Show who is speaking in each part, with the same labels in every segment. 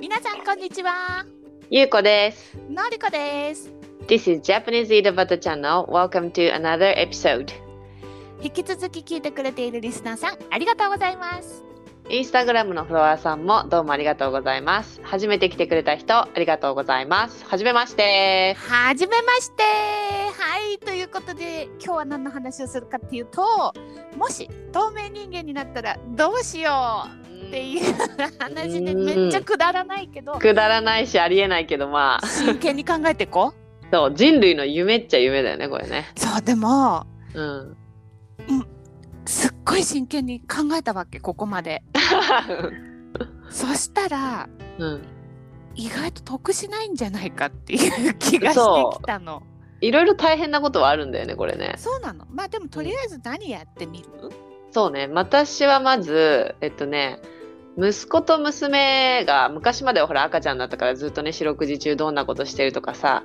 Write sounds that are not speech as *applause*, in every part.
Speaker 1: 皆さんこんにちは。
Speaker 2: ゆうこです。
Speaker 1: のりこです。
Speaker 2: This is Japanese Eat Butter Channel. Welcome to another episode.
Speaker 1: 引き続き聞いてくれているリスナーさん、ありがとうございます。
Speaker 2: インスタグラムのフォロワーさんもどうもありがとうございます。初めて来てくれた人、ありがとうございます。はじめまして。
Speaker 1: はじめまして。はい、ということで、今日は何の話をするかっていうと、もし透明人間になったらどうしようっていう話で、
Speaker 2: うん
Speaker 1: めっちゃくだらないけど、
Speaker 2: くだらないしありえないけどまあ
Speaker 1: 真剣に考えていこう。
Speaker 2: そう人類の夢っちゃ夢だよねこれね
Speaker 1: そう、でも、
Speaker 2: うん *laughs*
Speaker 1: すっごい真剣に考えたわけ、ここまで。そしたら、
Speaker 2: うん
Speaker 1: 意外と得しないんじゃないかっていう気がしてきたの。
Speaker 2: いろいろ大変なことはあるんだよねこれね
Speaker 1: そうなの。まあでもとりあえず何やってみる？
Speaker 2: そうね私はまずえっとね息子と娘が昔まではほら赤ちゃんだったからずっとね四六時中どんなことしてるとかさ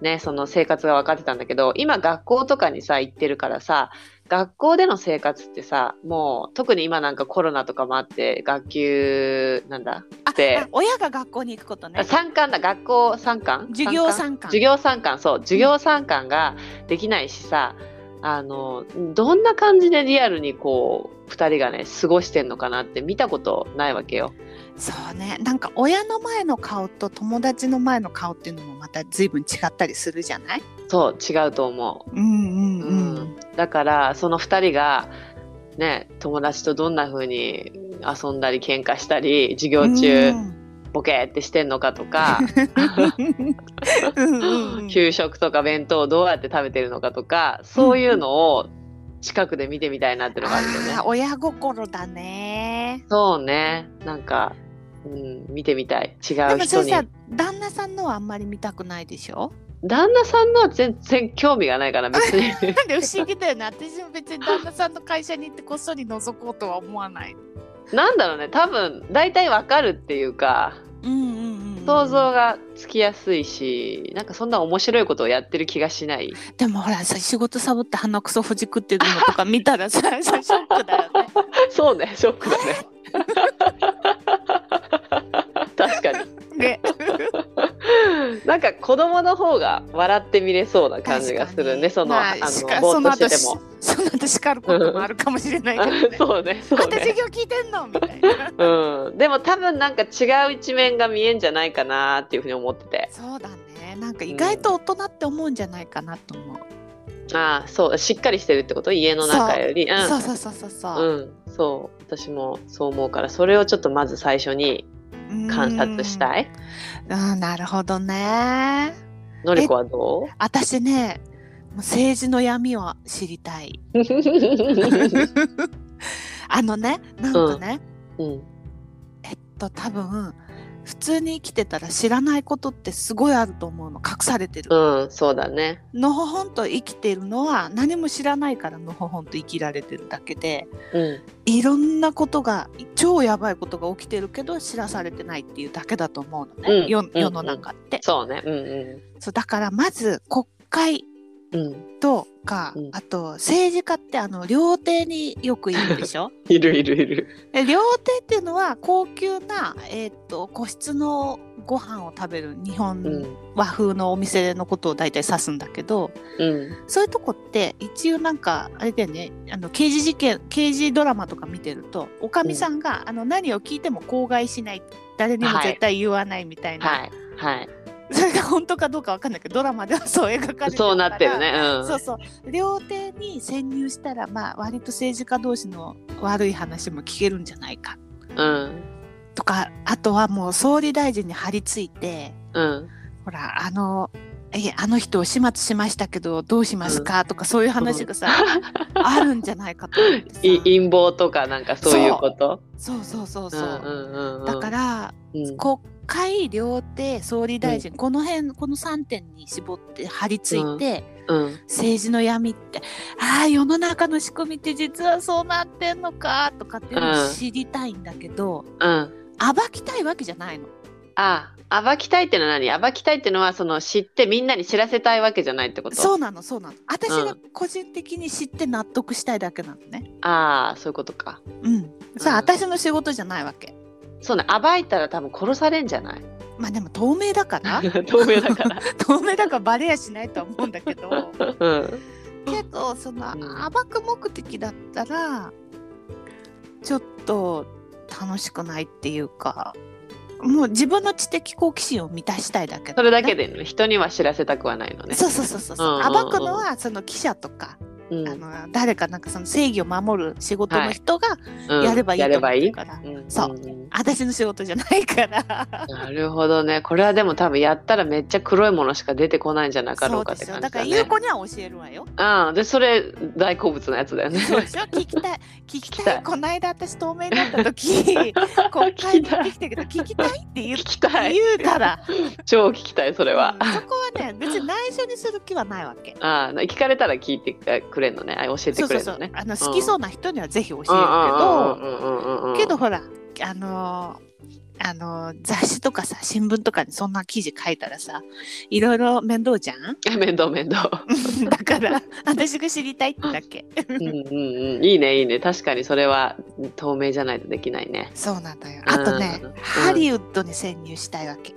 Speaker 2: ねその生活が分かってたんだけど今学校とかにさ行ってるからさ学校での生活ってさもう特に今なんかコロナとかもあって学級なんだ
Speaker 1: あ
Speaker 2: で
Speaker 1: あ親が学校に行くことね
Speaker 2: あ。参観だ学校参観
Speaker 1: 授業参観
Speaker 2: 授業参観そう授業参観ができないしさ、あのどんな感じでリアルにこう2人がね過ごしてんのかなって見たことないわけよ
Speaker 1: そうね。なんか親の前の顔と友達の前の顔っていうのもまた随分違ったりするじゃない？
Speaker 2: そう違うと思
Speaker 1: うんう
Speaker 2: う、うんん
Speaker 1: うん。
Speaker 2: だからその2人がね友達とどんな風に遊んだり喧嘩したり授業中
Speaker 1: うん
Speaker 2: ボケーってしてんのかとか
Speaker 1: うん *laughs* うん *laughs* うん
Speaker 2: 給食とか弁当をどうやって食べてるのかとかそういうのを近くで見てみたいなってのがあるよね
Speaker 1: あー。親心だね。
Speaker 2: そうねなんか、うん、見てみたい違
Speaker 1: で
Speaker 2: う
Speaker 1: もそ
Speaker 2: 人
Speaker 1: れ
Speaker 2: に
Speaker 1: さ旦那さんのはあんまり見たくないでしょ？
Speaker 2: 旦那さんのは全然興味がないから別に
Speaker 1: なんで不思議だよね。私も別に旦那さんの会社に行ってこっそり覗こうとは思わない。
Speaker 2: *laughs* なんだろうね多分大体わかるっていうか
Speaker 1: うんうんうん。
Speaker 2: 想像がつきやすいし、なんかそんな面白いことをやってる気が
Speaker 1: *laughs*
Speaker 2: しない
Speaker 1: でもほらさ仕事サボって鼻くそほじくってるのとか見たら
Speaker 2: *laughs*
Speaker 1: さそうショックだよね。
Speaker 2: そうねショックだね *laughs* 確かに
Speaker 1: ね
Speaker 2: なんか子供の方が笑って見れそうな感じがするねその、
Speaker 1: ま
Speaker 2: あ、
Speaker 1: し
Speaker 2: の
Speaker 1: か
Speaker 2: ぼ
Speaker 1: そ
Speaker 2: ー
Speaker 1: の
Speaker 2: っと
Speaker 1: 後
Speaker 2: して
Speaker 1: して
Speaker 2: も。
Speaker 1: その後叱ることもあるかもしれないけどね
Speaker 2: *laughs* そうねそうね
Speaker 1: 私今日聞いてんのみたいな。
Speaker 2: うん、でも多分なんか違う一面が見えんじゃないかなっていうふうに思ってて
Speaker 1: そうだね。なんか意外と大人って思うんじゃないかなと思う。
Speaker 2: ああそうしっかりしてるってこと家の中より
Speaker 1: そうそうそうそうそうう。
Speaker 2: ん、うん、そう私もそう思うからそれをちょっとまず最初に観察した
Speaker 1: い。
Speaker 2: い
Speaker 1: うんなるほどね。
Speaker 2: のりこはど
Speaker 1: 私ねもう政治の闇を知りた
Speaker 2: *laughs*
Speaker 1: い。
Speaker 2: う
Speaker 1: *laughs*
Speaker 2: う
Speaker 1: あのねなんかね、
Speaker 2: ん
Speaker 1: えっと多分普通に生きてたら知らないことってすごいあると思うの隠されてる、
Speaker 2: うんそうだね
Speaker 1: のほほんと生きてるのは何も知らないからのほほんと生きられてるだけで
Speaker 2: うん
Speaker 1: いろんなことが超やばいことが起きてるけど知らされてないっていうだけだと思うのね、
Speaker 2: うん
Speaker 1: よ
Speaker 2: うん
Speaker 1: 世の中って、
Speaker 2: そうねうん
Speaker 1: そうだからまず国会
Speaker 2: うんうん
Speaker 1: とか、
Speaker 2: うん
Speaker 1: あと政治家ってあの料亭によくいるでし
Speaker 2: *laughs*
Speaker 1: ょ
Speaker 2: いるいるいる
Speaker 1: で料亭っていうのは高級な、えー、と個室のご飯を食べる日本
Speaker 2: うん
Speaker 1: 和風のお店のことを大体指すんだけど
Speaker 2: うん
Speaker 1: そういうとこって一応なんかあれだよねあの刑事事件刑事ドラマとか見てるとおかみさんが、あの何を聞いても口外しない誰にも絶対言わないみたいな、
Speaker 2: はいはい
Speaker 1: *laughs* それが本当かどうかわかんないけどドラマではそう描かれてるから
Speaker 2: そうなってるねうん
Speaker 1: そうそう料亭に潜入したらまあ割と政治家同士の悪い話も聞けるんじゃないか
Speaker 2: うん
Speaker 1: とかあとはもう総理大臣に張り付いて
Speaker 2: うん
Speaker 1: ほらあのえあの人を始末しましたけどどうしますか、とかそういう話がさ、あるんじゃ *laughs* ないかと思ってさ
Speaker 2: い陰謀とかなんかそういうこと
Speaker 1: そうそうそうそう、だ
Speaker 2: だ、
Speaker 1: からら
Speaker 2: うん
Speaker 1: 国会両帝総理大臣、この辺この3点に絞って張り付いて、
Speaker 2: うん、
Speaker 1: 政治の闇ってああ世の中の仕組みって実はそうなってんのかとかっていうのを知りたいんだけど、
Speaker 2: うん、
Speaker 1: 暴きたいわけじゃないの。
Speaker 2: あ暴きたいってのは何暴きたいってのはその知ってみんなに知らせたいわけじゃないってこと
Speaker 1: そううなのそうなの私が個人的に知って納得したいだけなのね。
Speaker 2: ああそういうことか
Speaker 1: うん、さあ、
Speaker 2: うん
Speaker 1: 私の仕事じゃないわけ。
Speaker 2: そうね暴いたら多分殺されんじゃない
Speaker 1: まあでも透明だから
Speaker 2: *laughs* 透明だから、
Speaker 1: *laughs* 透明だからバレやしないとは思うんだけど
Speaker 2: うん、
Speaker 1: けどその
Speaker 2: うん
Speaker 1: 暴く目的だったらちょっと楽しくないっていうかもう自分の知的好奇心を満たしたいだけ
Speaker 2: *laughs* それだけ
Speaker 1: で
Speaker 2: で、ね、人には知らせたくはないのね、
Speaker 1: そうそうそうそう,、
Speaker 2: うんうんうん
Speaker 1: 暴くのはその記者とか、
Speaker 2: うん
Speaker 1: あの誰かなんかその正義を守る仕事の人が
Speaker 2: うん
Speaker 1: やればいいと思
Speaker 2: やれ
Speaker 1: っ
Speaker 2: ば
Speaker 1: て
Speaker 2: い
Speaker 1: る
Speaker 2: い
Speaker 1: から、
Speaker 2: うん
Speaker 1: そう
Speaker 2: うん
Speaker 1: 私の仕事じゃないから
Speaker 2: なるほどねこれはでも多分やったらめっちゃ黒いものしか出てこないんじゃなかろうかって
Speaker 1: そう
Speaker 2: 感
Speaker 1: でしょだ
Speaker 2: じ
Speaker 1: から
Speaker 2: だ
Speaker 1: ゆう
Speaker 2: ね
Speaker 1: 子には教えるわよ
Speaker 2: うんでそれ大好物のや
Speaker 1: *laughs*
Speaker 2: つだよね
Speaker 1: そうでしょ聞き
Speaker 2: *laughs*
Speaker 1: たい聞き
Speaker 2: き
Speaker 1: た
Speaker 2: た
Speaker 1: い
Speaker 2: い
Speaker 1: こないだ私透明になった
Speaker 2: *laughs*
Speaker 1: 時国会に行ってきたけど聞きたいって言
Speaker 2: 聞
Speaker 1: っ
Speaker 2: きたい
Speaker 1: 言うたら
Speaker 2: 超聞きたいそれは、
Speaker 1: うんそこはね別に内緒にする気はないわけ
Speaker 2: ああ聞かれたら聞いてくれんのねあ教えて
Speaker 1: そうそう
Speaker 2: くれん
Speaker 1: そ
Speaker 2: の
Speaker 1: う
Speaker 2: ね
Speaker 1: あの好きそうな人にはぜひ教えるけど
Speaker 2: うんうんうんうんうんうん
Speaker 1: けどほらあのーあのー雑誌とかさ新聞とかにそんな記事書いたらさいろいろ面倒じゃん *laughs*
Speaker 2: 面倒面倒
Speaker 1: だから私が知りたいってだけ
Speaker 2: うんうんうんいいねいいね確かにそれは透明じゃないとできないね
Speaker 1: そうなんだよあとね
Speaker 2: うん
Speaker 1: ハリウッドに潜入したいわけ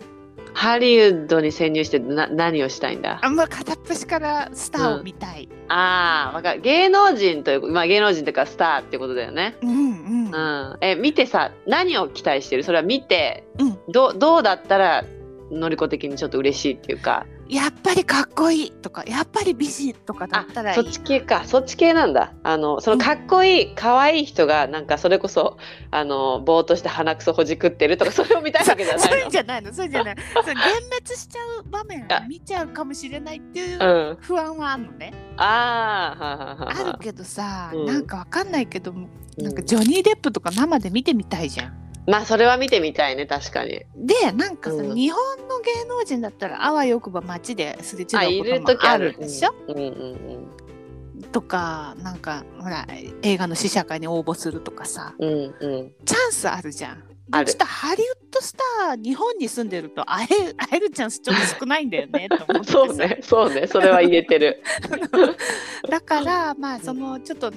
Speaker 2: ハリウッドに潜入してな何をしたいんだ
Speaker 1: あんま片っ端からスターを見たい。
Speaker 2: ああわかる芸能人というまあ芸能人というかスターってことだよね
Speaker 1: うんうん。
Speaker 2: う
Speaker 1: あ
Speaker 2: んえ見てさ何を期待してるそれは見て、
Speaker 1: うん
Speaker 2: どどうだったらのりこ的にちょっと嬉しいっていうか
Speaker 1: やっぱりかっこいいとか、やっぱり美人とかだったらいい。
Speaker 2: そっち系かそっち系なんだあのそのかっこいい可愛、い人がなんかそれこそあのぼーっとして鼻くそほじくってるとかそれを見たいわけじゃ
Speaker 1: そ
Speaker 2: な
Speaker 1: う
Speaker 2: い
Speaker 1: いうんじゃないの、そういうんじゃ
Speaker 2: *laughs*
Speaker 1: ない。そう幻滅しちゃう場面を見ちゃうかもしれないってい
Speaker 2: の
Speaker 1: う。
Speaker 2: うん
Speaker 1: 不安はあるのね。
Speaker 2: あーはあはあは
Speaker 1: あ
Speaker 2: あ
Speaker 1: るけどさ、
Speaker 2: うん
Speaker 1: なんかわかんないけど、なんか
Speaker 2: うん
Speaker 1: ジョニー・デップとか生で見てみたいじゃん。
Speaker 2: まあそれは見てみたいね確かに
Speaker 1: で、なんかさ、
Speaker 2: うん
Speaker 1: 日本の芸能人だったら、あわよくば街ですれ
Speaker 2: あ
Speaker 1: 違
Speaker 2: いう
Speaker 1: こと
Speaker 2: る
Speaker 1: も
Speaker 2: 時
Speaker 1: あ
Speaker 2: あ
Speaker 1: る
Speaker 2: る
Speaker 1: でしょ、
Speaker 2: うんうんうん
Speaker 1: とか、なんか、ほら、映画の試写会に応募するとかさ。
Speaker 2: うんうん
Speaker 1: チャンスあるじゃん。
Speaker 2: ある
Speaker 1: ちょっとハリウッドスター日本に住んでると会え会えるチャンスちょっと少ないんだよねと思ってさ
Speaker 2: *laughs* そ
Speaker 1: *laughs*
Speaker 2: うねそうねそれは言えてる
Speaker 1: だからまあそのちょっとん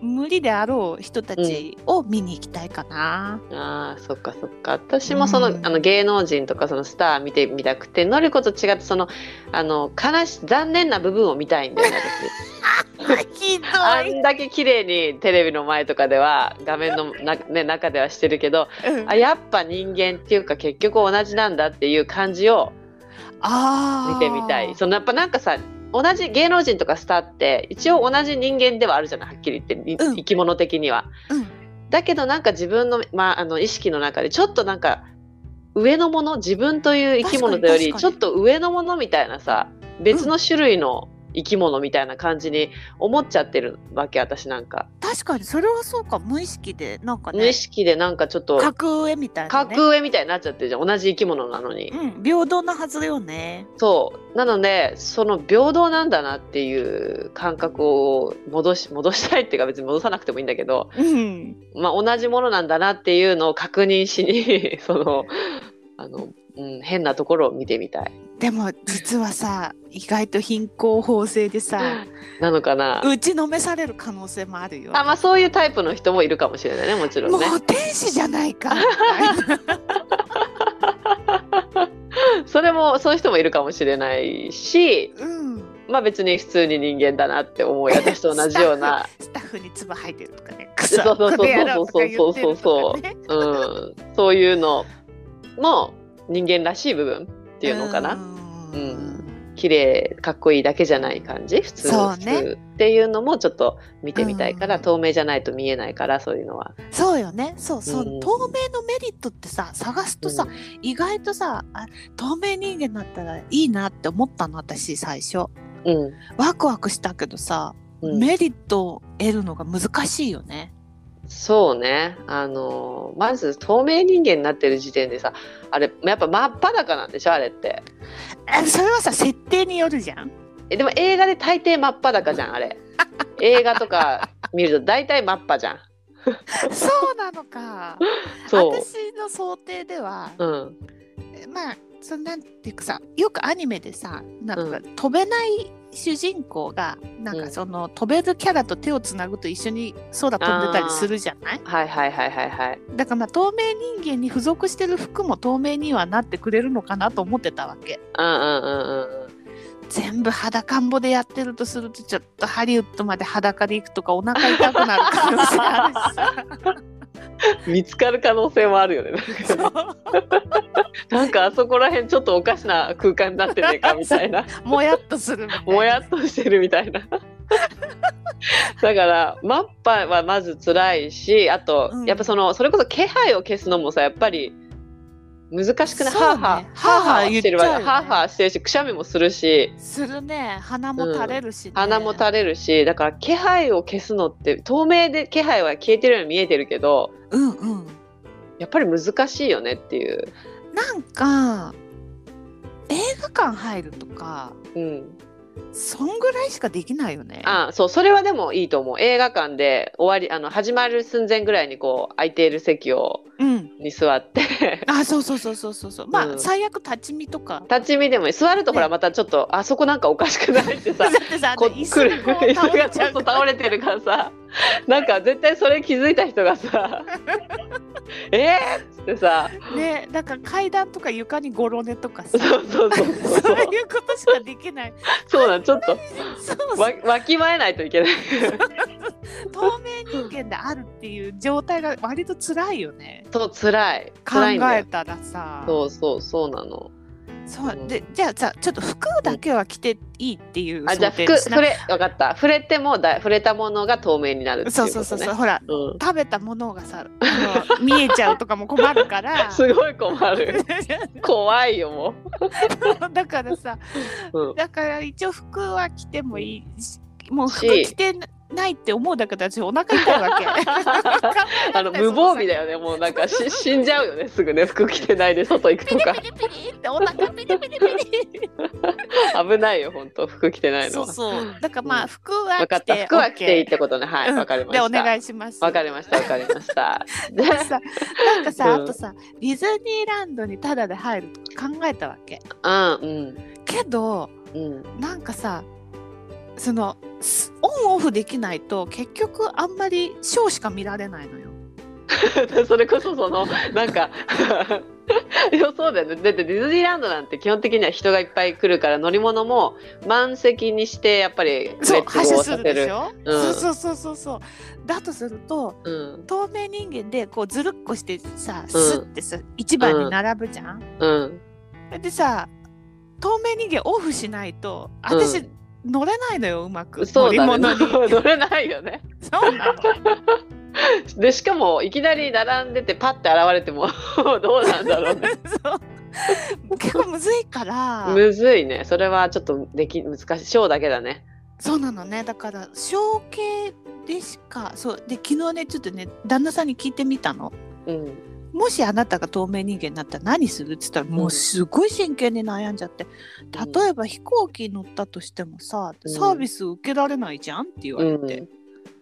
Speaker 1: 無理であろう人たちを見に行きたいかな。
Speaker 2: あーそっかそっか私もその,、
Speaker 1: うん
Speaker 2: あの芸能人とかそのスター見てみたくてのりこと違ってそのあの悲し残念な部分を見たいんだよね私
Speaker 1: *laughs* ひど
Speaker 2: あ
Speaker 1: い、
Speaker 2: んだけ綺麗にテレビの前とかでは画面のな、ね、中ではしてるけど
Speaker 1: うん
Speaker 2: あやっぱ人間っていうか結局同じなんだっていう感じを
Speaker 1: あー
Speaker 2: 見てみたいそのやっぱなんかさ同じ芸能人とかスターって一応同じ人間ではあるじゃないはっきり言ってに、
Speaker 1: うん
Speaker 2: 生き物的には。
Speaker 1: うん
Speaker 2: だけどなんか自分の,、まあ、あの意識の中でちょっとなんか上のもの自分という生き物とより
Speaker 1: 確
Speaker 2: ち
Speaker 1: か
Speaker 2: ょ
Speaker 1: に
Speaker 2: っと上のものみたいなさ別の種類の生き物みたいな感じに思っちゃってるわけ私なんか、
Speaker 1: 確かにそれはそうか無意識でなんか
Speaker 2: 無
Speaker 1: ね
Speaker 2: 意識でなんかちょっと
Speaker 1: 格上みたいな、ね、
Speaker 2: 格上みたいになっちゃってるじゃん同じ生き物なのに。
Speaker 1: うん、平等なはずよね。
Speaker 2: そうなのでその平等なんだなっていう感覚を戻し戻したいっていうか別に戻さなくてもいいんだけど、
Speaker 1: うん、
Speaker 2: まあ、同じものなんだなっていうのを確認
Speaker 1: *laughs*
Speaker 2: しにそのあの、うん、変なところを見てみたい
Speaker 1: でも実はさ意外と貧困法制でさ
Speaker 2: なのかな
Speaker 1: 打ちのめされる可能性もあるよ。
Speaker 2: あ、まあ、そういうタイプの人もいるかもしれないねもちろんね
Speaker 1: もう天使じゃない
Speaker 2: *laughs*
Speaker 1: かみたいな
Speaker 2: それもそういう人もいるかもしれないし、
Speaker 1: うん、
Speaker 2: まあ、別に普通に人間だなって思う私と同じような。
Speaker 1: スタッフに唾吐いてるとかね
Speaker 2: そうそうそう
Speaker 1: これやろうとか言ってると
Speaker 2: そ
Speaker 1: かね
Speaker 2: うん、そういうのも人間らしい部分っていうのか
Speaker 1: う
Speaker 2: な
Speaker 1: ん
Speaker 2: うん綺麗かっこいいだけじゃない感じ普通
Speaker 1: そうね
Speaker 2: 普通っていうのもちょっと見てみたいから、
Speaker 1: うん
Speaker 2: 透明じゃないと見えないからそういうのは。
Speaker 1: そうよねそうそう、
Speaker 2: うん
Speaker 1: 透明のメリットってさ探すとさ、
Speaker 2: うん
Speaker 1: 意外とさあ透明人間だったらいいなって思ったの私最初
Speaker 2: うん
Speaker 1: ワクワクしたけどさ、
Speaker 2: うん
Speaker 1: メリットを得るのが難しいよね
Speaker 2: そうねあのーまず透明人間になってる時点でさあれやっぱ真っ裸なんでしょあれって
Speaker 1: えそれはさ設定によるじゃん
Speaker 2: えでも映画で大抵真っ裸じゃん *laughs* あれ映画とか見ると大体真っ裸じゃん
Speaker 1: そうなの *laughs* か
Speaker 2: そう
Speaker 1: 私の想定では、
Speaker 2: うん
Speaker 1: まあそのなんていうかさよくアニメでさなんか
Speaker 2: う
Speaker 1: 飛べない主人公がなんかその、飛べるキャラと手をつなぐと一緒に空飛んでたりするじゃない
Speaker 2: はいはいはいはいはい。
Speaker 1: だから透明人間に付属してる服も透明にはなってくれるのかなと思ってたわけ
Speaker 2: うんうんうんうんうん。
Speaker 1: 全部裸んぼでやってるとするとちょっとハリウッドまで裸で行くとかお腹痛くなる可能性あるしさ
Speaker 2: 見つかる可能性もあるよね。
Speaker 1: *laughs*
Speaker 2: なんかあそこら辺ちょっとおかしな空間になってねえかみた
Speaker 1: *laughs*
Speaker 2: いな。
Speaker 1: もやっとするみたいな
Speaker 2: もやっとしてるみたいな。だからマッパはまず辛いしあと、
Speaker 1: うん
Speaker 2: やっぱそのそれこそ気配を消すのもさやっぱり難しくない、
Speaker 1: そう
Speaker 2: ハー
Speaker 1: ね
Speaker 2: ハ
Speaker 1: ハー
Speaker 2: ー
Speaker 1: ハー
Speaker 2: してるわ
Speaker 1: 言っちゃうよね
Speaker 2: ハーハーしてるしくしゃみもするし
Speaker 1: するね鼻も垂れるし、ね
Speaker 2: 鼻も垂れるしだから気配を消すのって透明で気配は消えてるように見えてるけど
Speaker 1: うんうん
Speaker 2: やっぱり難しいよねっていう。
Speaker 1: なんか映画館入るとか
Speaker 2: うん
Speaker 1: そんぐらいしかできないよね
Speaker 2: あそうそれはでもいいと思う映画館で終わりあの始まる寸前ぐらいにこう空いている席を
Speaker 1: うん
Speaker 2: に座って *laughs*
Speaker 1: あそうそうそうそうそうそうまあ、
Speaker 2: うん
Speaker 1: 最悪立ち見とか
Speaker 2: 立ち見でもいい座るとほら
Speaker 1: ね
Speaker 2: またちょっと、あそこなんかおかしくないって
Speaker 1: だ
Speaker 2: さ
Speaker 1: ってさあの
Speaker 2: *laughs* こ
Speaker 1: 椅子にこう
Speaker 2: 椅
Speaker 1: 倒
Speaker 2: 子
Speaker 1: れ
Speaker 2: が
Speaker 1: ち
Speaker 2: ちょ
Speaker 1: ゃ
Speaker 2: っ
Speaker 1: うか
Speaker 2: と
Speaker 1: ら
Speaker 2: 倒れてるからさなんか絶対それ気づいた人がさ *laughs* えーっつってさ
Speaker 1: ねだから階段とか床にゴロ寝とかさ
Speaker 2: そうそうそうそう
Speaker 1: そういうことしかできない。
Speaker 2: そうなんちょっと
Speaker 1: そうそ
Speaker 2: わ
Speaker 1: う
Speaker 2: わきまえないといけ *laughs* ない
Speaker 1: 透明人間であるっていう状態が割と辛いよね。
Speaker 2: そう辛い
Speaker 1: 考
Speaker 2: 辛いんだ
Speaker 1: え
Speaker 2: よ
Speaker 1: たらさ。
Speaker 2: そうそうそうなの
Speaker 1: そう
Speaker 2: うん
Speaker 1: でじゃあさちょっと服だけは着ていいっていう
Speaker 2: あじゃあ
Speaker 1: 想定
Speaker 2: 服
Speaker 1: しな
Speaker 2: 触れ分かった触れてもだ触れたものが透明になるっていうこと
Speaker 1: そう
Speaker 2: ね
Speaker 1: そうそうそうほら
Speaker 2: うん
Speaker 1: 食べたものがさあの見えちゃうとかも困るから
Speaker 2: すごい困
Speaker 1: *laughs*
Speaker 2: る怖いよも
Speaker 1: だからさ
Speaker 2: う、うん、
Speaker 1: だから一応服は着てもいいしもう服
Speaker 2: し
Speaker 1: 着てないって思うだけで私お腹痛いわけ
Speaker 2: あの無防備だよねもうなんかし死んじゃうよねすぐね服着てないで外行
Speaker 1: *laughs*
Speaker 2: くとか
Speaker 1: ピリピリってお腹ピリピリピリ
Speaker 2: 危ないよ本当服着てないの
Speaker 1: そう
Speaker 2: は
Speaker 1: そうだからま
Speaker 2: う
Speaker 1: あ
Speaker 2: ん
Speaker 1: 服は
Speaker 2: 分か
Speaker 1: 着
Speaker 2: った
Speaker 1: て
Speaker 2: 服は着ていいっ
Speaker 1: OK
Speaker 2: てことねはい
Speaker 1: うん
Speaker 2: わかりま
Speaker 1: でお
Speaker 2: した
Speaker 1: 願いします
Speaker 2: わかりましたわかりま
Speaker 1: *laughs*
Speaker 2: したで
Speaker 1: でさなんかさ、
Speaker 2: うん
Speaker 1: あとさディズニーランドにタダで入るとか考えたわけ
Speaker 2: うん
Speaker 1: けど
Speaker 2: うんうん
Speaker 1: なんかさそのすオンオフできないと結局あんまりショーしか見られないのよ。
Speaker 2: *laughs* それこそそのなんか *laughs* いやそうだよねだってディズニーランドなんて基本的には人がいっぱい来るから乗り物も満席にしてやっぱり
Speaker 1: そう
Speaker 2: 列
Speaker 1: 発射
Speaker 2: をさ
Speaker 1: する
Speaker 2: せ
Speaker 1: でし
Speaker 2: る。
Speaker 1: ょ、
Speaker 2: うん
Speaker 1: そうそうそうそうそうだとすると
Speaker 2: うん
Speaker 1: 透明人間でこうずるっこしてさスッてさ、一番に並ぶじゃん。
Speaker 2: うん
Speaker 1: でさ透明人間オフしないと私、乗れないのようまく
Speaker 2: そうだね *laughs*
Speaker 1: 乗り物に。
Speaker 2: 乗れないよね
Speaker 1: そうなの
Speaker 2: でしかもいきなり並んでてパッて現れても *laughs* どうなんだろう
Speaker 1: *laughs*
Speaker 2: ね
Speaker 1: そう結構むずい *laughs* から
Speaker 2: むずいねそれはちょっとでき難しいショーだけだね
Speaker 1: そうなのねだから象形でしかそうで昨日ねちょっとね旦那さんに聞いてみたの。
Speaker 2: うん
Speaker 1: もしあなたが透明人間になったら何するって言ったらもうすごい真剣に悩んじゃって
Speaker 2: うん
Speaker 1: 例えば飛行機に乗ったとしてもさ
Speaker 2: うん
Speaker 1: サービス受けられないじゃんって言わ
Speaker 2: う
Speaker 1: れて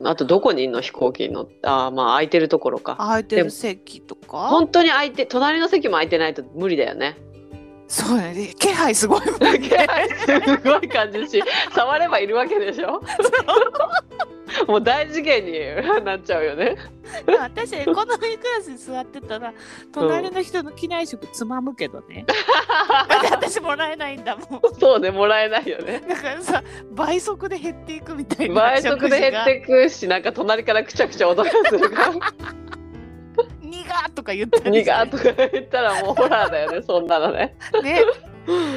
Speaker 2: んあとどこにいんの飛行機に乗ってあーまあ空いてるところか
Speaker 1: 空いてる席とか
Speaker 2: 本当に空いて隣の席も空いてないと無理だよね
Speaker 1: そうだね気配
Speaker 2: *laughs*
Speaker 1: すごいもんね
Speaker 2: すごい感じるし触ればいるわけでしょもう大事件になっちゃうよね
Speaker 1: 私エコノミークラスに座ってたら隣の人の機内食つまむけどね、だって私もらえないんだもん
Speaker 2: そうねもらえないよね
Speaker 1: だからさ倍速で減っていくみたいな
Speaker 2: 倍速で減っ
Speaker 1: い
Speaker 2: てくしなんか隣からくちゃくちゃ音がす
Speaker 1: *laughs*
Speaker 2: るから
Speaker 1: くにがーとか言って
Speaker 2: 「にが」とか言ったらもうホラーだよねそんなのね
Speaker 1: ね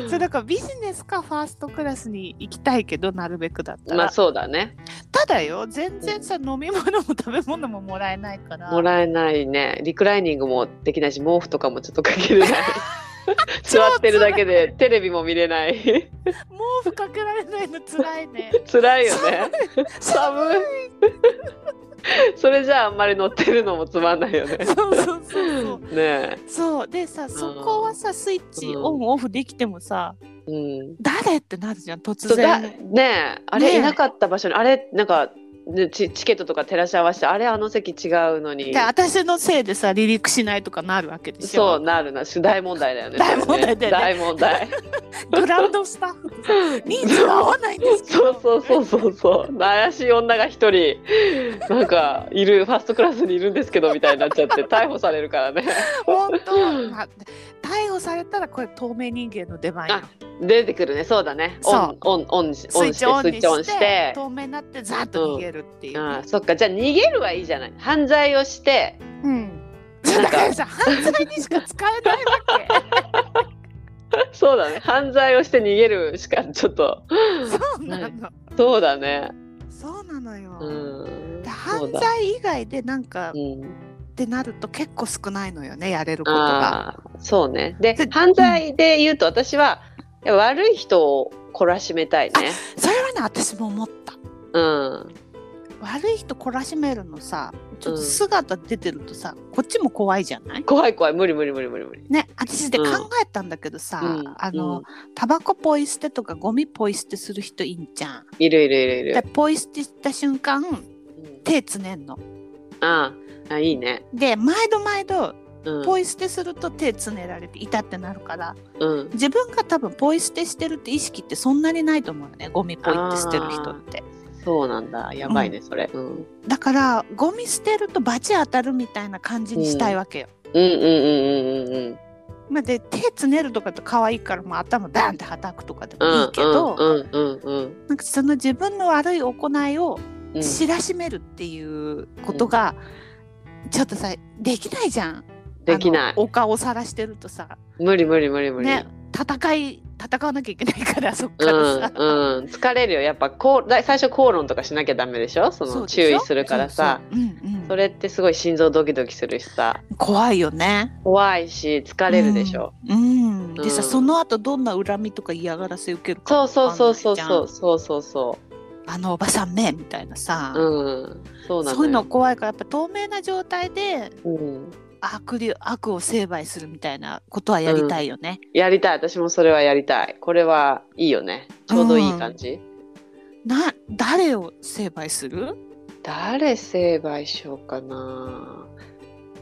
Speaker 1: そうだからビジネスかファーストクラスに行きたいけどなるべくだったら、
Speaker 2: まあそうだね
Speaker 1: ただよ全然さ、飲み物も食べ物ももらえないから
Speaker 2: もらえないねリクライニングもできないし毛布とかもちょっとか
Speaker 1: *laughs*
Speaker 2: けれない座ってるだけでテレビも見れない
Speaker 1: 毛布かけられないのつらいね
Speaker 2: 辛いよ
Speaker 1: *laughs*
Speaker 2: ね *laughs* 寒い
Speaker 1: い
Speaker 2: それじゃああんまり乗ってるのもつまんないよね
Speaker 1: そうそうそうそう
Speaker 2: ねえ
Speaker 1: そうでさそこはさスイッチ
Speaker 2: うん
Speaker 1: オンオフできてもさ
Speaker 2: うん
Speaker 1: 誰ってなるじゃん突
Speaker 2: そうだ
Speaker 1: 然
Speaker 2: ねえあれ、
Speaker 1: ねえ
Speaker 2: いなかった場所にあれなんかでチチケットとか照らし合わせてあれあの席違うのに
Speaker 1: で私のせいでさ離陸しないとかなるわけでし
Speaker 2: そ
Speaker 1: ょ
Speaker 2: うなるな主題問題だよね
Speaker 1: 大問題だよね
Speaker 2: 大問題
Speaker 1: グランドスタッ
Speaker 2: *laughs*
Speaker 1: フとさ人数が合わないんですけ
Speaker 2: そ
Speaker 1: ど
Speaker 2: うそうそうそうそう怪しい女が一人なんかいるファーストクラスにいるんですけどみたいになっちゃって逮捕されるからね
Speaker 1: 本当まあ逮捕されたらこれ透明人間の出番よ
Speaker 2: あ出てくるねそうだねオ
Speaker 1: そう
Speaker 2: ンオンオンし
Speaker 1: スイッチオン
Speaker 2: スイ
Speaker 1: にし
Speaker 2: ッチ
Speaker 1: て
Speaker 2: オンして
Speaker 1: 透明になってザーッと逃げるっていう、
Speaker 2: あそっかじゃあ逃げるはいいじゃない犯罪をして *laughs*
Speaker 1: うん
Speaker 2: なんか
Speaker 1: だからさ犯罪にしか使えないわ
Speaker 2: そうだね犯罪をして逃げるしかちょっと *laughs*
Speaker 1: けそうなの、
Speaker 2: そうだね
Speaker 1: そうなのよ、
Speaker 2: うん
Speaker 1: で
Speaker 2: そう
Speaker 1: 犯
Speaker 2: だ
Speaker 1: 罪以外でなんか
Speaker 2: うん
Speaker 1: ってなると結構少ないのよねやれることが
Speaker 2: あーそうねで
Speaker 1: で
Speaker 2: 犯罪で言うと私は悪い人を懲らしめたいね
Speaker 1: それはね私も思った
Speaker 2: うん
Speaker 1: 悪い人懲らしめるのさちょっと
Speaker 2: うん
Speaker 1: 姿出てるとさ、こっちも怖いじゃない
Speaker 2: 怖い怖い無理無理無理無理無理
Speaker 1: ね私で
Speaker 2: う
Speaker 1: 考
Speaker 2: ん
Speaker 1: えたんだけどさ、
Speaker 2: うん
Speaker 1: あの、
Speaker 2: うん
Speaker 1: タバコポイ捨てとかゴミポイ捨てする人いんじゃん
Speaker 2: いるいるいるい
Speaker 1: で
Speaker 2: る
Speaker 1: ポイ捨てした瞬間
Speaker 2: うん
Speaker 1: 手つねんの
Speaker 2: あーあいいね
Speaker 1: で毎度毎度
Speaker 2: うん
Speaker 1: ポイ捨てすると手つねられて痛ってなるから
Speaker 2: うん
Speaker 1: 自分が多分ポイ捨てしてるって意識ってそんなにないと思うよねゴミポイって捨てる人って
Speaker 2: そうなんだやばいねそれうんうん
Speaker 1: だからゴミ捨てると罰当たるみたいな感じにしたいわけよ、
Speaker 2: うんうんうんうんうん
Speaker 1: まあ、で手つねるとかって可愛いから、まあ、頭バンって叩くとかでも
Speaker 2: うん
Speaker 1: いいけど、
Speaker 2: うんうんうん
Speaker 1: なんかその自分の悪い行いを
Speaker 2: うん
Speaker 1: 知らしめるっていうことが、ちょっとさできないじゃん
Speaker 2: できな
Speaker 1: あ
Speaker 2: い
Speaker 1: のお顔をさらしてるとさ
Speaker 2: 無理無理無理無理、
Speaker 1: ね戦い戦わなきゃいけないから *laughs* そっ
Speaker 2: う
Speaker 1: か
Speaker 2: んう
Speaker 1: らさ、
Speaker 2: ん疲れるよやっぱこうだい最初口論とかしなきゃダメでしょそ
Speaker 1: そう
Speaker 2: の
Speaker 1: でしょ
Speaker 2: 注意するからさ
Speaker 1: そうそううんうん
Speaker 2: それってすごい心臓ドキドキするしさ
Speaker 1: 怖いよね
Speaker 2: 怖いし疲れるでしょ、
Speaker 1: うん、うんでさ、
Speaker 2: うん
Speaker 1: その後どんな恨みとか嫌がらせ受けるか
Speaker 2: そうそうそうそう
Speaker 1: わかんない
Speaker 2: そうそうそうそ
Speaker 1: じゃんあのおばさんねみたいなさ、
Speaker 2: ううんそうな
Speaker 1: そう
Speaker 2: の
Speaker 1: いうの
Speaker 2: よ
Speaker 1: 怖いからやっぱ透明な状態で
Speaker 2: うん、
Speaker 1: 悪流悪を成敗するみたいなことはやりたいよね、
Speaker 2: やりたい私もそれはやりたいこれはいいよねちょうどいい感じ、
Speaker 1: な誰を成敗する
Speaker 2: 誰成敗しようかな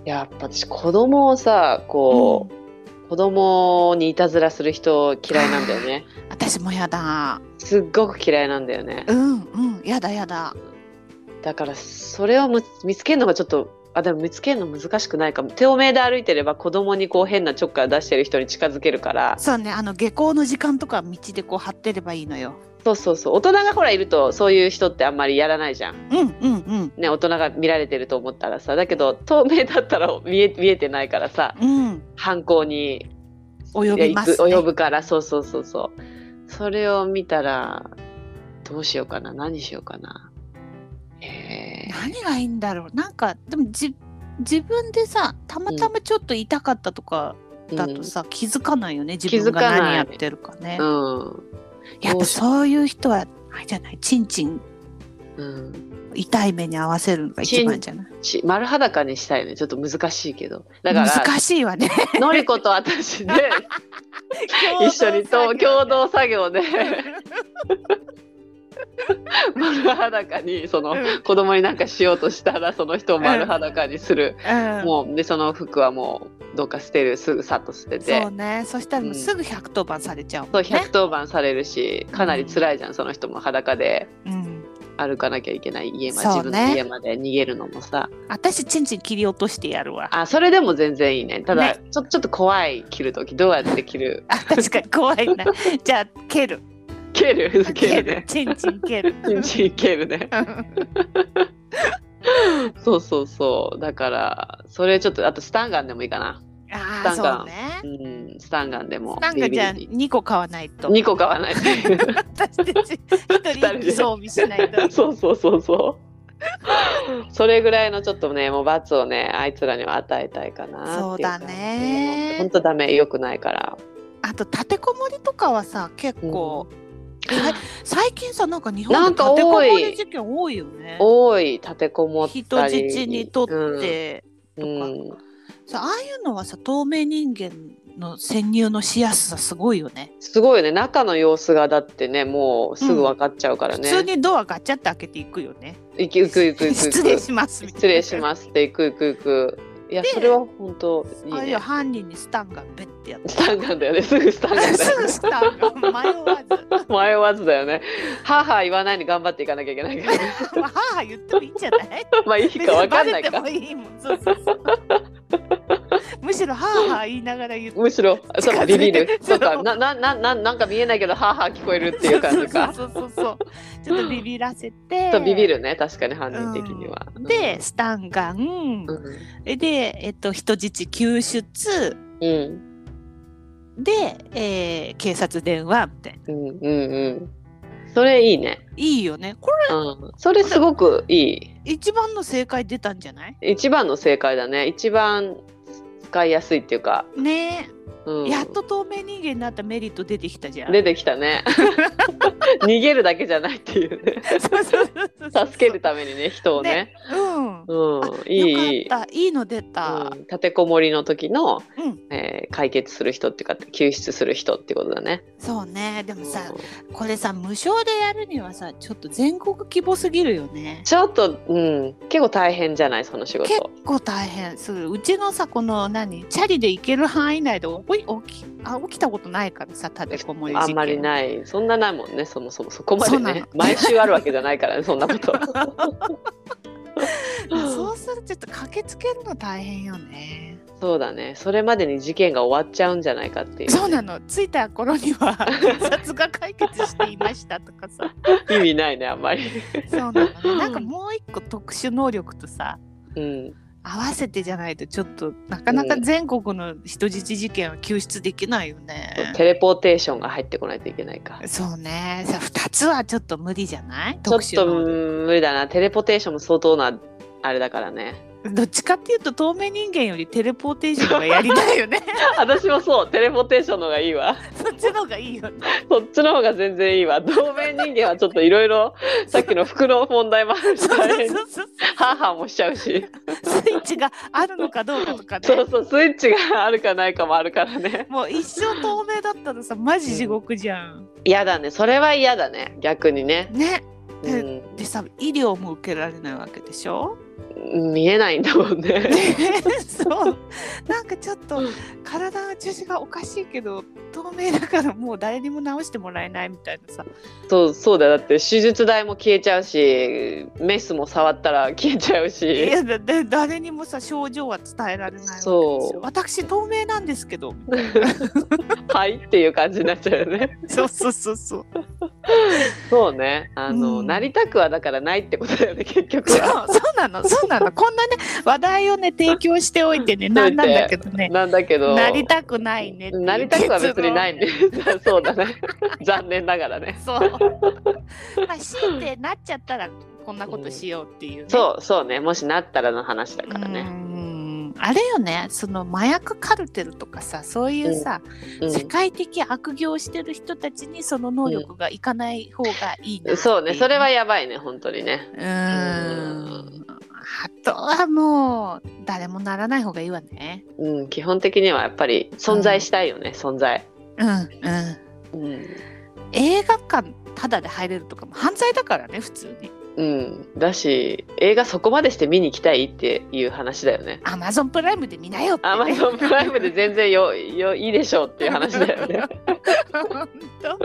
Speaker 2: やっぱ私子供をさこう、子供にいたずらする人嫌いなんだよね
Speaker 1: 私もやだ
Speaker 2: すっごく嫌いなんだよね
Speaker 1: うんうんやだやだ
Speaker 2: だからそれをむ見つけるのがちょっとあでも見つけるの難しくないかも透明で歩いてれば子供にこう変なちょっかい出してる人に近づけるから
Speaker 1: そうねあの下校の時間とか道でこう張ってればいいのよ
Speaker 2: そうそうそう大人がほらいるとそういう人ってあんまりやらないじゃん
Speaker 1: うんうんうん
Speaker 2: ね大人が見られてると思ったらさだけど透明だったら *laughs* 見え見えてないからさ
Speaker 1: うん
Speaker 2: 犯行に
Speaker 1: 及びますね
Speaker 2: いやいく及ぶからそうそうそうそうそれを見たらどうしようかな何しようかなえ
Speaker 1: 何がいいんだろうなんかでもじ自分でさたまたまちょっと痛かったとか
Speaker 2: ー
Speaker 1: だとさ、気づかないよね自
Speaker 2: づ
Speaker 1: 分
Speaker 2: か
Speaker 1: が
Speaker 2: ない
Speaker 1: 何やってるかね
Speaker 2: うん、
Speaker 1: やっぱそういう人はあれじゃないちんちん
Speaker 2: うんうん、
Speaker 1: 痛い目に合わせるのが一番じゃない
Speaker 2: し丸裸にしたいねちょっと難しいけどだから
Speaker 1: 難しいわね
Speaker 2: のりこと私
Speaker 1: *laughs*
Speaker 2: で *laughs* 一緒にと共同作業で丸裸にその
Speaker 1: うん
Speaker 2: 子供になんかしようとしたらその人を丸裸にする、
Speaker 1: うん
Speaker 2: *laughs* もうでその服はもうどっか捨てるすぐさっと捨てて
Speaker 1: そうねそしたらもうすぐ110番されちゃうも
Speaker 2: そうん
Speaker 1: ね、
Speaker 2: 110番されるし、かなり辛いじゃんその人も裸で
Speaker 1: うん、
Speaker 2: 歩かなきゃいけない家まで、
Speaker 1: そ
Speaker 2: 自
Speaker 1: うね
Speaker 2: 分の家まで逃げるのもさ
Speaker 1: 私ちんちん切り落としてやるわ
Speaker 2: あそれでも全然いいねただ
Speaker 1: ね
Speaker 2: ちょちょっと怖い切る時どうやって切る
Speaker 1: あ確かに怖
Speaker 2: *laughs*
Speaker 1: いなじゃあ蹴る
Speaker 2: 蹴る *laughs* 蹴るね
Speaker 1: チンチン蹴
Speaker 2: *laughs*
Speaker 1: る
Speaker 2: チンチン蹴る *laughs* ねそうそうそうだからそれちょっとあとスタンガンでもいいかな、
Speaker 1: あ
Speaker 2: な
Speaker 1: あ
Speaker 2: ん
Speaker 1: そう
Speaker 2: か
Speaker 1: ね
Speaker 2: うん、スタンガンでも
Speaker 1: なんかじゃあ
Speaker 2: ビリビリ
Speaker 1: 2個買わないと
Speaker 2: 2個買わない
Speaker 1: 私
Speaker 2: *laughs*
Speaker 1: たち1人一気装備しないと
Speaker 2: そうそうそうそう。それぐらいのちょっとね、もう罰をね、あいつらには与えたいかな。
Speaker 1: そうだね
Speaker 2: 本当ダメ、良くないから。
Speaker 1: あと立てこもりとかはさ結構、さい最近さなんか日
Speaker 2: な
Speaker 1: 本
Speaker 2: ん
Speaker 1: で
Speaker 2: か
Speaker 1: 立てこ
Speaker 2: 多
Speaker 1: も
Speaker 2: い
Speaker 1: り事件多いよね
Speaker 2: 多い、立てこもったり。
Speaker 1: 人質にとって、
Speaker 2: うん、
Speaker 1: とかさああいうのはさ透明人間の潜入のしやすさすごいよね
Speaker 2: すごいよね中の様子がだってねもうすぐ分かっちゃうから
Speaker 1: 普
Speaker 2: ね、
Speaker 1: 通にドアガチャって開けていくよね
Speaker 2: 行く行く行く行く
Speaker 1: 失礼しますみたいな
Speaker 2: 失礼しますって行く行く行くいやそれは本当いい
Speaker 1: あるい
Speaker 2: ね
Speaker 1: は犯人にスタンガンベッてやって
Speaker 2: *laughs* スタンガンだよねすぐスタンガンだ
Speaker 1: す *laughs*
Speaker 2: よ
Speaker 1: ぐ
Speaker 2: ね
Speaker 1: スタンガン迷わず *laughs*
Speaker 2: 迷わずだよね母言わないに頑張っていかなきゃいけない
Speaker 1: *laughs*
Speaker 2: から
Speaker 1: まあ母言ってもいいんじゃない
Speaker 2: まあいいか分かんないから
Speaker 1: 別にバレてもいいもんそうそうそうむしろはあはあ言いながら言って
Speaker 2: むしろ
Speaker 1: づいて
Speaker 2: そうビビ
Speaker 1: *laughs*
Speaker 2: る
Speaker 1: そ
Speaker 2: そううかなななななんか見えないけどはあはあ聞こえるっていう感じか
Speaker 1: *laughs* そうそうそうそうそうちょっとビビらせて
Speaker 2: とビビるね確かに犯人的には、
Speaker 1: うんでスタンガン
Speaker 2: う、ん
Speaker 1: で、えっと、人質救出
Speaker 2: うん
Speaker 1: で、えー警察電話みたいな
Speaker 2: うんうんうんそれいいね、
Speaker 1: いいよねこれ
Speaker 2: うん、それすごくい
Speaker 1: 一番の正解出たんじゃない
Speaker 2: い一番の正解だね一番使いやすいっていうか、
Speaker 1: ね
Speaker 2: う
Speaker 1: え、
Speaker 2: ん、
Speaker 1: やっと透明人間になったメリット出てきたじゃん
Speaker 2: 出てきた
Speaker 1: *laughs*
Speaker 2: ね逃げるだけじゃないっていうね
Speaker 1: そうそうそうそうそう
Speaker 2: 助けるためにね人をね
Speaker 1: うん
Speaker 2: うんいいいい
Speaker 1: よかったいいの出た
Speaker 2: うん、立てこもりの時の、
Speaker 1: うん
Speaker 2: えー解決する人っていうか救出する人ってことだね。
Speaker 1: そうねでもさ
Speaker 2: うん
Speaker 1: これさ無償でやるにはさちょっと全国規模すぎるよね
Speaker 2: ちょっと、うん、結構大変じゃないその仕
Speaker 1: 結
Speaker 2: 事。
Speaker 1: 構大変するうちのさこの何チャリで行ける範囲内でおい起きあ起きたことないからさ立てこもり事
Speaker 2: あ
Speaker 1: 件
Speaker 2: んまりないそんなないもんねそもそもそこま
Speaker 1: そ
Speaker 2: で
Speaker 1: うな
Speaker 2: ね
Speaker 1: の
Speaker 2: 毎週あるわけじゃないからねそんなこと。
Speaker 1: そうするとちょっと駆けつけるの大変よね
Speaker 2: *laughs* そうだねそれまでに事件が終わっちゃうんじゃないかっていう
Speaker 1: そうなの着いた頃に
Speaker 2: *laughs*
Speaker 1: は警察が解決していましたとかさ
Speaker 2: 意味ないねあんまり。
Speaker 1: そうなのなんかもう一個特殊能力とさ
Speaker 2: うん
Speaker 1: 合わせてじゃないとちょっとなかなか全国の人質事件は救出できないよね、
Speaker 2: テレポーテーションが入ってこないといけないか。
Speaker 1: そうねさ2つはちょっと無理じゃない
Speaker 2: ちょ
Speaker 1: 特
Speaker 2: っ
Speaker 1: 殊
Speaker 2: と
Speaker 1: 能力
Speaker 2: 無理だなテレポーテーションも相当なあれだからね。
Speaker 1: *laughs* どっちかっていうと透明人間よりテレポーテーションがやりたい
Speaker 2: *laughs*
Speaker 1: よね
Speaker 2: 私もそうテレポーテーションの方がいいわ
Speaker 1: そっちの方がいいよね
Speaker 2: そっちの方が全然いいわ透明人間はちょっといろいろさっきの服の問題もあるし
Speaker 1: そう
Speaker 2: 大
Speaker 1: そう
Speaker 2: 変
Speaker 1: そうそう
Speaker 2: 母もしちゃうし
Speaker 1: スイッチがあるのかどうかとかね
Speaker 2: そうそうスイッチがあるかないかもあるからね
Speaker 1: もう一生透明だったらさマジ地獄じゃん、
Speaker 2: 嫌だねそれは嫌だね逆にね、
Speaker 1: ね
Speaker 2: うん
Speaker 1: でさ医療も受けられないわけでしょ
Speaker 2: 見えないんだもんね
Speaker 1: ね *laughs* そうなんかちょっと体の調子がおかしいけど透明だからもう誰にも治してもらえないみたいなさ
Speaker 2: そうそうだよだって手術代も消えちゃうしメスも触ったら消えちゃう
Speaker 1: い
Speaker 2: し
Speaker 1: やだ *laughs* だ誰にもさ症状は伝えられないわけです
Speaker 2: そ
Speaker 1: よ
Speaker 2: う
Speaker 1: 私透明なんです
Speaker 2: *laughs*
Speaker 1: けどみたいな
Speaker 2: はいっていう感じになっちゃう
Speaker 1: *laughs*
Speaker 2: よね
Speaker 1: そうそうそうそう
Speaker 2: そうねあの、
Speaker 1: うん
Speaker 2: なりたくはだからないってことだよね結局
Speaker 1: そう
Speaker 2: は。
Speaker 1: そうなのそうなのこんなね話題をね提供しておいてねなんなんだけどね
Speaker 2: なんだけど。
Speaker 1: なりたくないねっていう
Speaker 2: なりたくは別にないね。 *laughs* そうだね。残念ながらね。
Speaker 1: 結論そう *laughs* まあ強いてなっちゃったらこんなことしようっていう、ね
Speaker 2: そうそうね。もしなったらの話だから
Speaker 1: う
Speaker 2: ね。
Speaker 1: んあれよねその麻薬カルテルとかさそういうさ、
Speaker 2: うん
Speaker 1: 世界的悪行をしてる人たちにその能力がいかない方がいいなってい
Speaker 2: そうね。それはやばいね。本当にね。
Speaker 1: うーんあとはもう誰もならない方がいいわね
Speaker 2: うん。基本的にはやっぱり存在したいよね。存在。
Speaker 1: うんうん
Speaker 2: うん。
Speaker 1: 映画館ただで入れるとかも犯罪だからね普通に
Speaker 2: うん、だし映画そこまでして見に行きたいっていう話だよね。
Speaker 1: アマゾンプライムで見なよって、ね、
Speaker 2: アマゾンプライムで全然よよいいでしょうっていう話だよね。
Speaker 1: *laughs* 本当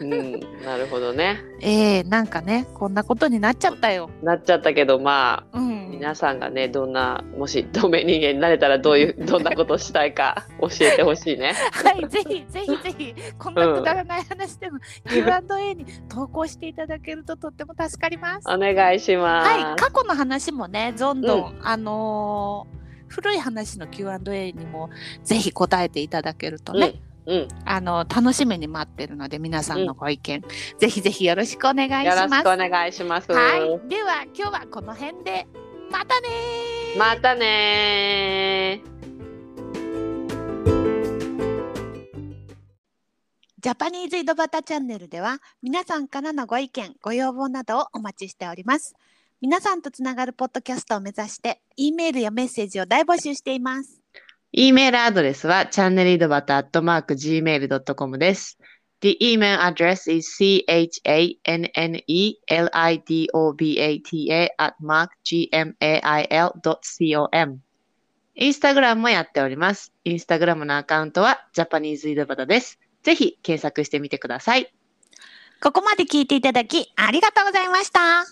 Speaker 2: うん、なるほどね。
Speaker 1: ええなんかねこんなことになっちゃったよ。
Speaker 2: なっちゃったけどまあ
Speaker 1: うん、
Speaker 2: 皆さんがねどんなもし透明人間になれたらど
Speaker 1: *laughs*
Speaker 2: ういうどんなことしたいか教えてほしいね。
Speaker 1: はいぜひぜひぜひこんなくだらない話でも Q&A に投稿していただけるととっても助かります。
Speaker 2: お願いします。
Speaker 1: はい過去の話もねどんどん、あのー古い話の Q&A にもぜひ答えていただけるとね、
Speaker 2: うん、うん、よ
Speaker 1: あの楽しみに待ってるので皆さんのご意見、ぜひぜひよろしくお願いし
Speaker 2: ろしくお
Speaker 1: ます。
Speaker 2: 願いします。
Speaker 1: はい、では今日はこの辺でまたねー
Speaker 2: またねー
Speaker 1: ジャパニーズ井戸端チャンネルでは皆さんからのご意見ご要望などをお待ちしております皆さんとつながるポッドキャストを目指して E メールやメッセージを大募集しています
Speaker 2: E メールアドレスは channelidobata.gmail.com です。The email address is chanelidobata at mark gmail.com。インスタグラムもやっております。インスタグラムのアカウントはジャパニーズ井戸端です。ぜひ検索してみてください。
Speaker 1: ここまで聞いていただきありがとうございました。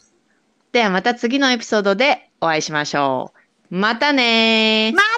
Speaker 2: ではまた次のエピソードでお会いしましょう。またねー。
Speaker 1: また